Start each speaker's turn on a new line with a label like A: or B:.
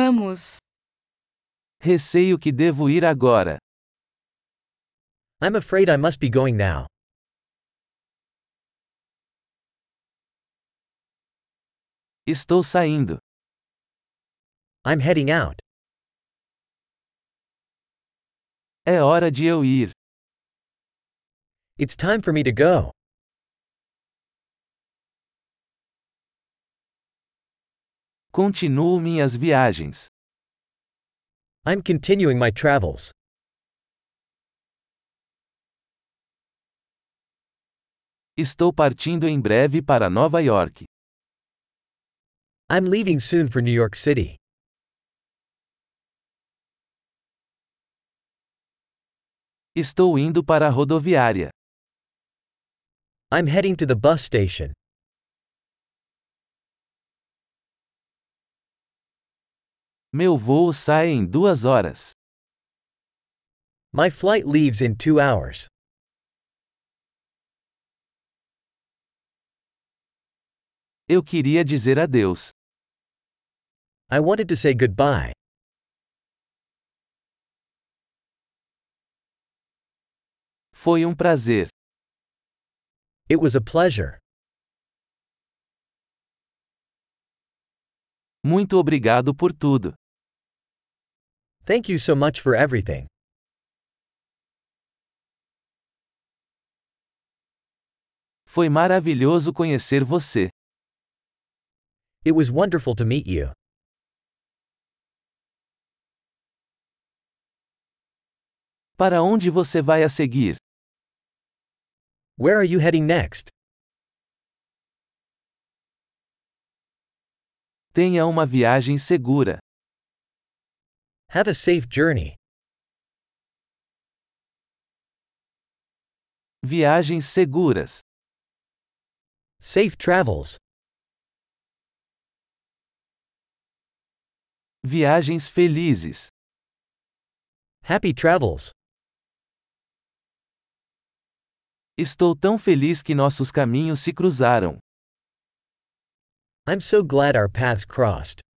A: Vamos.
B: Receio que devo ir agora.
C: I'm afraid I must be going now.
B: Estou saindo.
C: I'm heading out.
B: É hora de eu ir.
C: It's time for me to go.
B: Continuo minhas viagens.
C: I'm continuing my travels.
B: Estou partindo em breve para Nova York.
C: I'm leaving soon for New York City.
B: Estou indo para a rodoviária.
C: I'm heading to the bus station.
B: Meu voo sai em duas horas.
C: My flight leaves in two hours.
B: Eu queria dizer adeus.
C: I wanted to say goodbye.
B: Foi um prazer.
C: It was a pleasure.
B: Muito obrigado por tudo.
C: Thank you so much for everything.
B: Foi maravilhoso conhecer você.
C: It was wonderful to meet you.
B: Para onde você vai a seguir?
C: Where are you heading next?
B: Tenha uma viagem segura.
C: Have a safe journey.
B: Viagens seguras.
C: Safe travels.
B: Viagens felizes.
C: Happy travels.
B: Estou tão feliz que nossos caminhos se cruzaram.
C: I'm so glad our paths crossed.